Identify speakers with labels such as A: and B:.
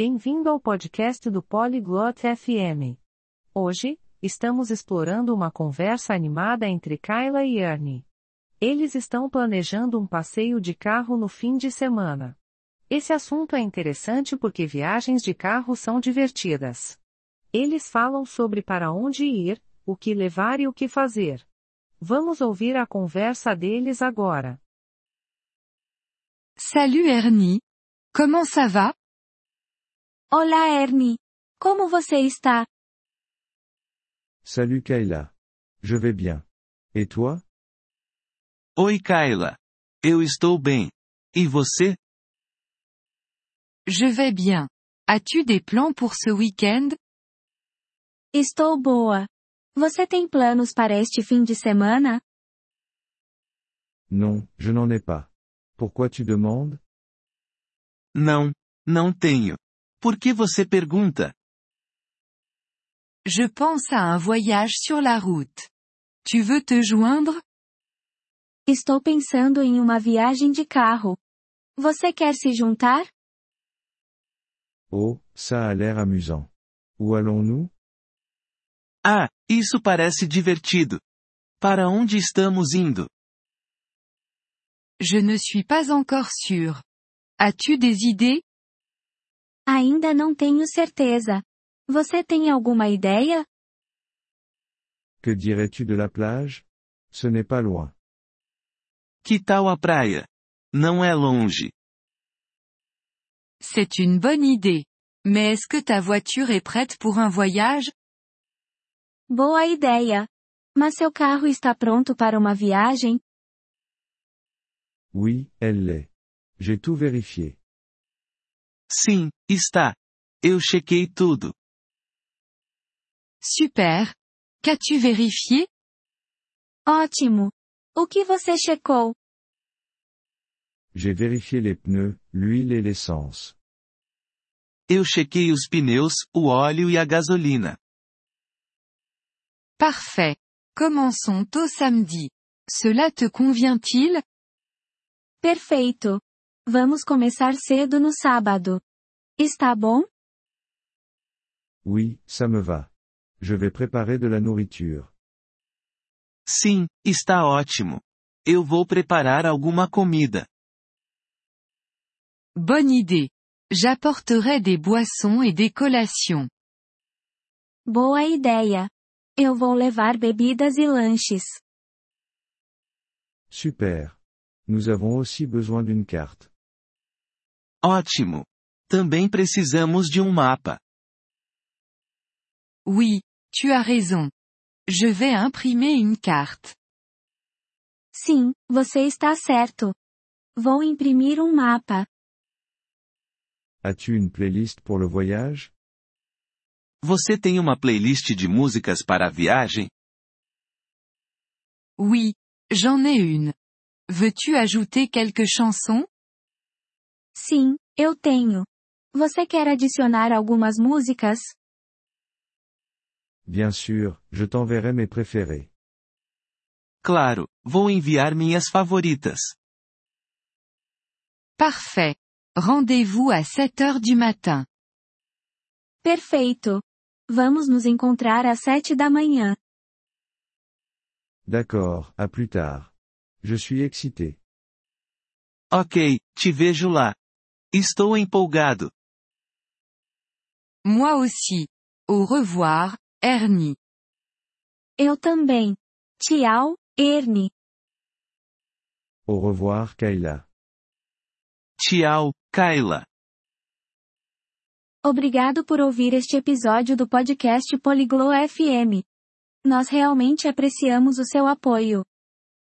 A: Bem-vindo ao podcast do Polyglot FM. Hoje, estamos explorando uma conversa animada entre Kyla e Ernie. Eles estão planejando um passeio de carro no fim de semana. Esse assunto é interessante porque viagens de carro são divertidas. Eles falam sobre para onde ir, o que levar e o que fazer. Vamos ouvir a conversa deles agora.
B: Salut Ernie. Comment ça va?
C: Olá, Ernie. Como você está?
D: Salut Kayla. Je vais bien. Et toi?
E: Oi, Kayla. Eu estou bem. E você?
B: Je vais bien. As-tu des plans pour ce week-end?
C: Estou boa. Você tem planos para este fim de semana?
D: Non, je n'en ai pas. Pourquoi tu demandes?
E: Não, não tenho. Por que você pergunta?
B: Je pense à un voyage sur la route. Tu veux te joindre?
C: Estou pensando em uma viagem de carro. Você quer se juntar?
D: Oh, ça a l'air amusant. Où allons-nous?
E: Ah, isso parece divertido. Para onde estamos indo?
B: Je ne suis pas encore sûr. As-tu des idées?
C: Ainda não tenho certeza. Você tem alguma ideia?
D: Que dirais-tu de la plage? Ce n'est pas loin.
E: Que tal a praia? Não é longe.
B: C'est une bonne idée. Mais est-ce que ta voiture est prête pour un voyage?
C: Boa ideia. Mas seu carro está pronto para uma viagem?
D: Oui, elle l'est. J'ai tout vérifié.
E: Sim, está. Eu chequei tudo.
B: Super. Qu'as-tu vérifié?
C: Ótimo. O que você checou?
D: J'ai vérifié les pneus, l'huile et l'essence.
E: Eu chequei os pneus, o óleo e a gasolina.
B: Parfait. Commençons tôt samedi. Cela te convient-il?
C: Perfeito. Vamos começar cedo no sábado. Está bom?
D: Oui, ça me va. Je vais préparer de la nourriture.
E: Sim, está ótimo. Eu vou preparar alguma comida.
B: Bonne idée. J'apporterai des boissons et des collations.
C: Boa ideia. Eu vou levar bebidas e lanches.
D: Super. Nous avons aussi besoin d'une carte.
E: Ótimo. Também precisamos de um mapa.
B: Oui, tu as raison. Je vais imprimer une carte.
C: Sim, você está certo. Vou imprimir um mapa.
D: As-tu une playlist pour le voyage?
E: Você tem uma playlist de músicas para a viagem?
B: Oui, j'en ai une. Veux-tu ajouter quelques chansons?
C: Sim, eu tenho. Você quer adicionar algumas músicas?
D: Bien sûr, je t'enverrai mes préférés.
E: Claro, vou enviar minhas favoritas.
B: Parfait. Rendez-vous à 7 heures du matin.
C: Perfeito. Vamos nos encontrar às sete da manhã.
D: D'accord, à plus tard. Je suis excité.
E: Ok, te vejo lá. Estou empolgado.
B: Moi aussi. Au revoir, Ernie.
C: Eu também. Tchau, Ernie.
D: Au revoir Kayla.
E: Tchau, Kyla.
C: Obrigado por ouvir este episódio do podcast Poliglo FM. Nós realmente apreciamos o seu apoio.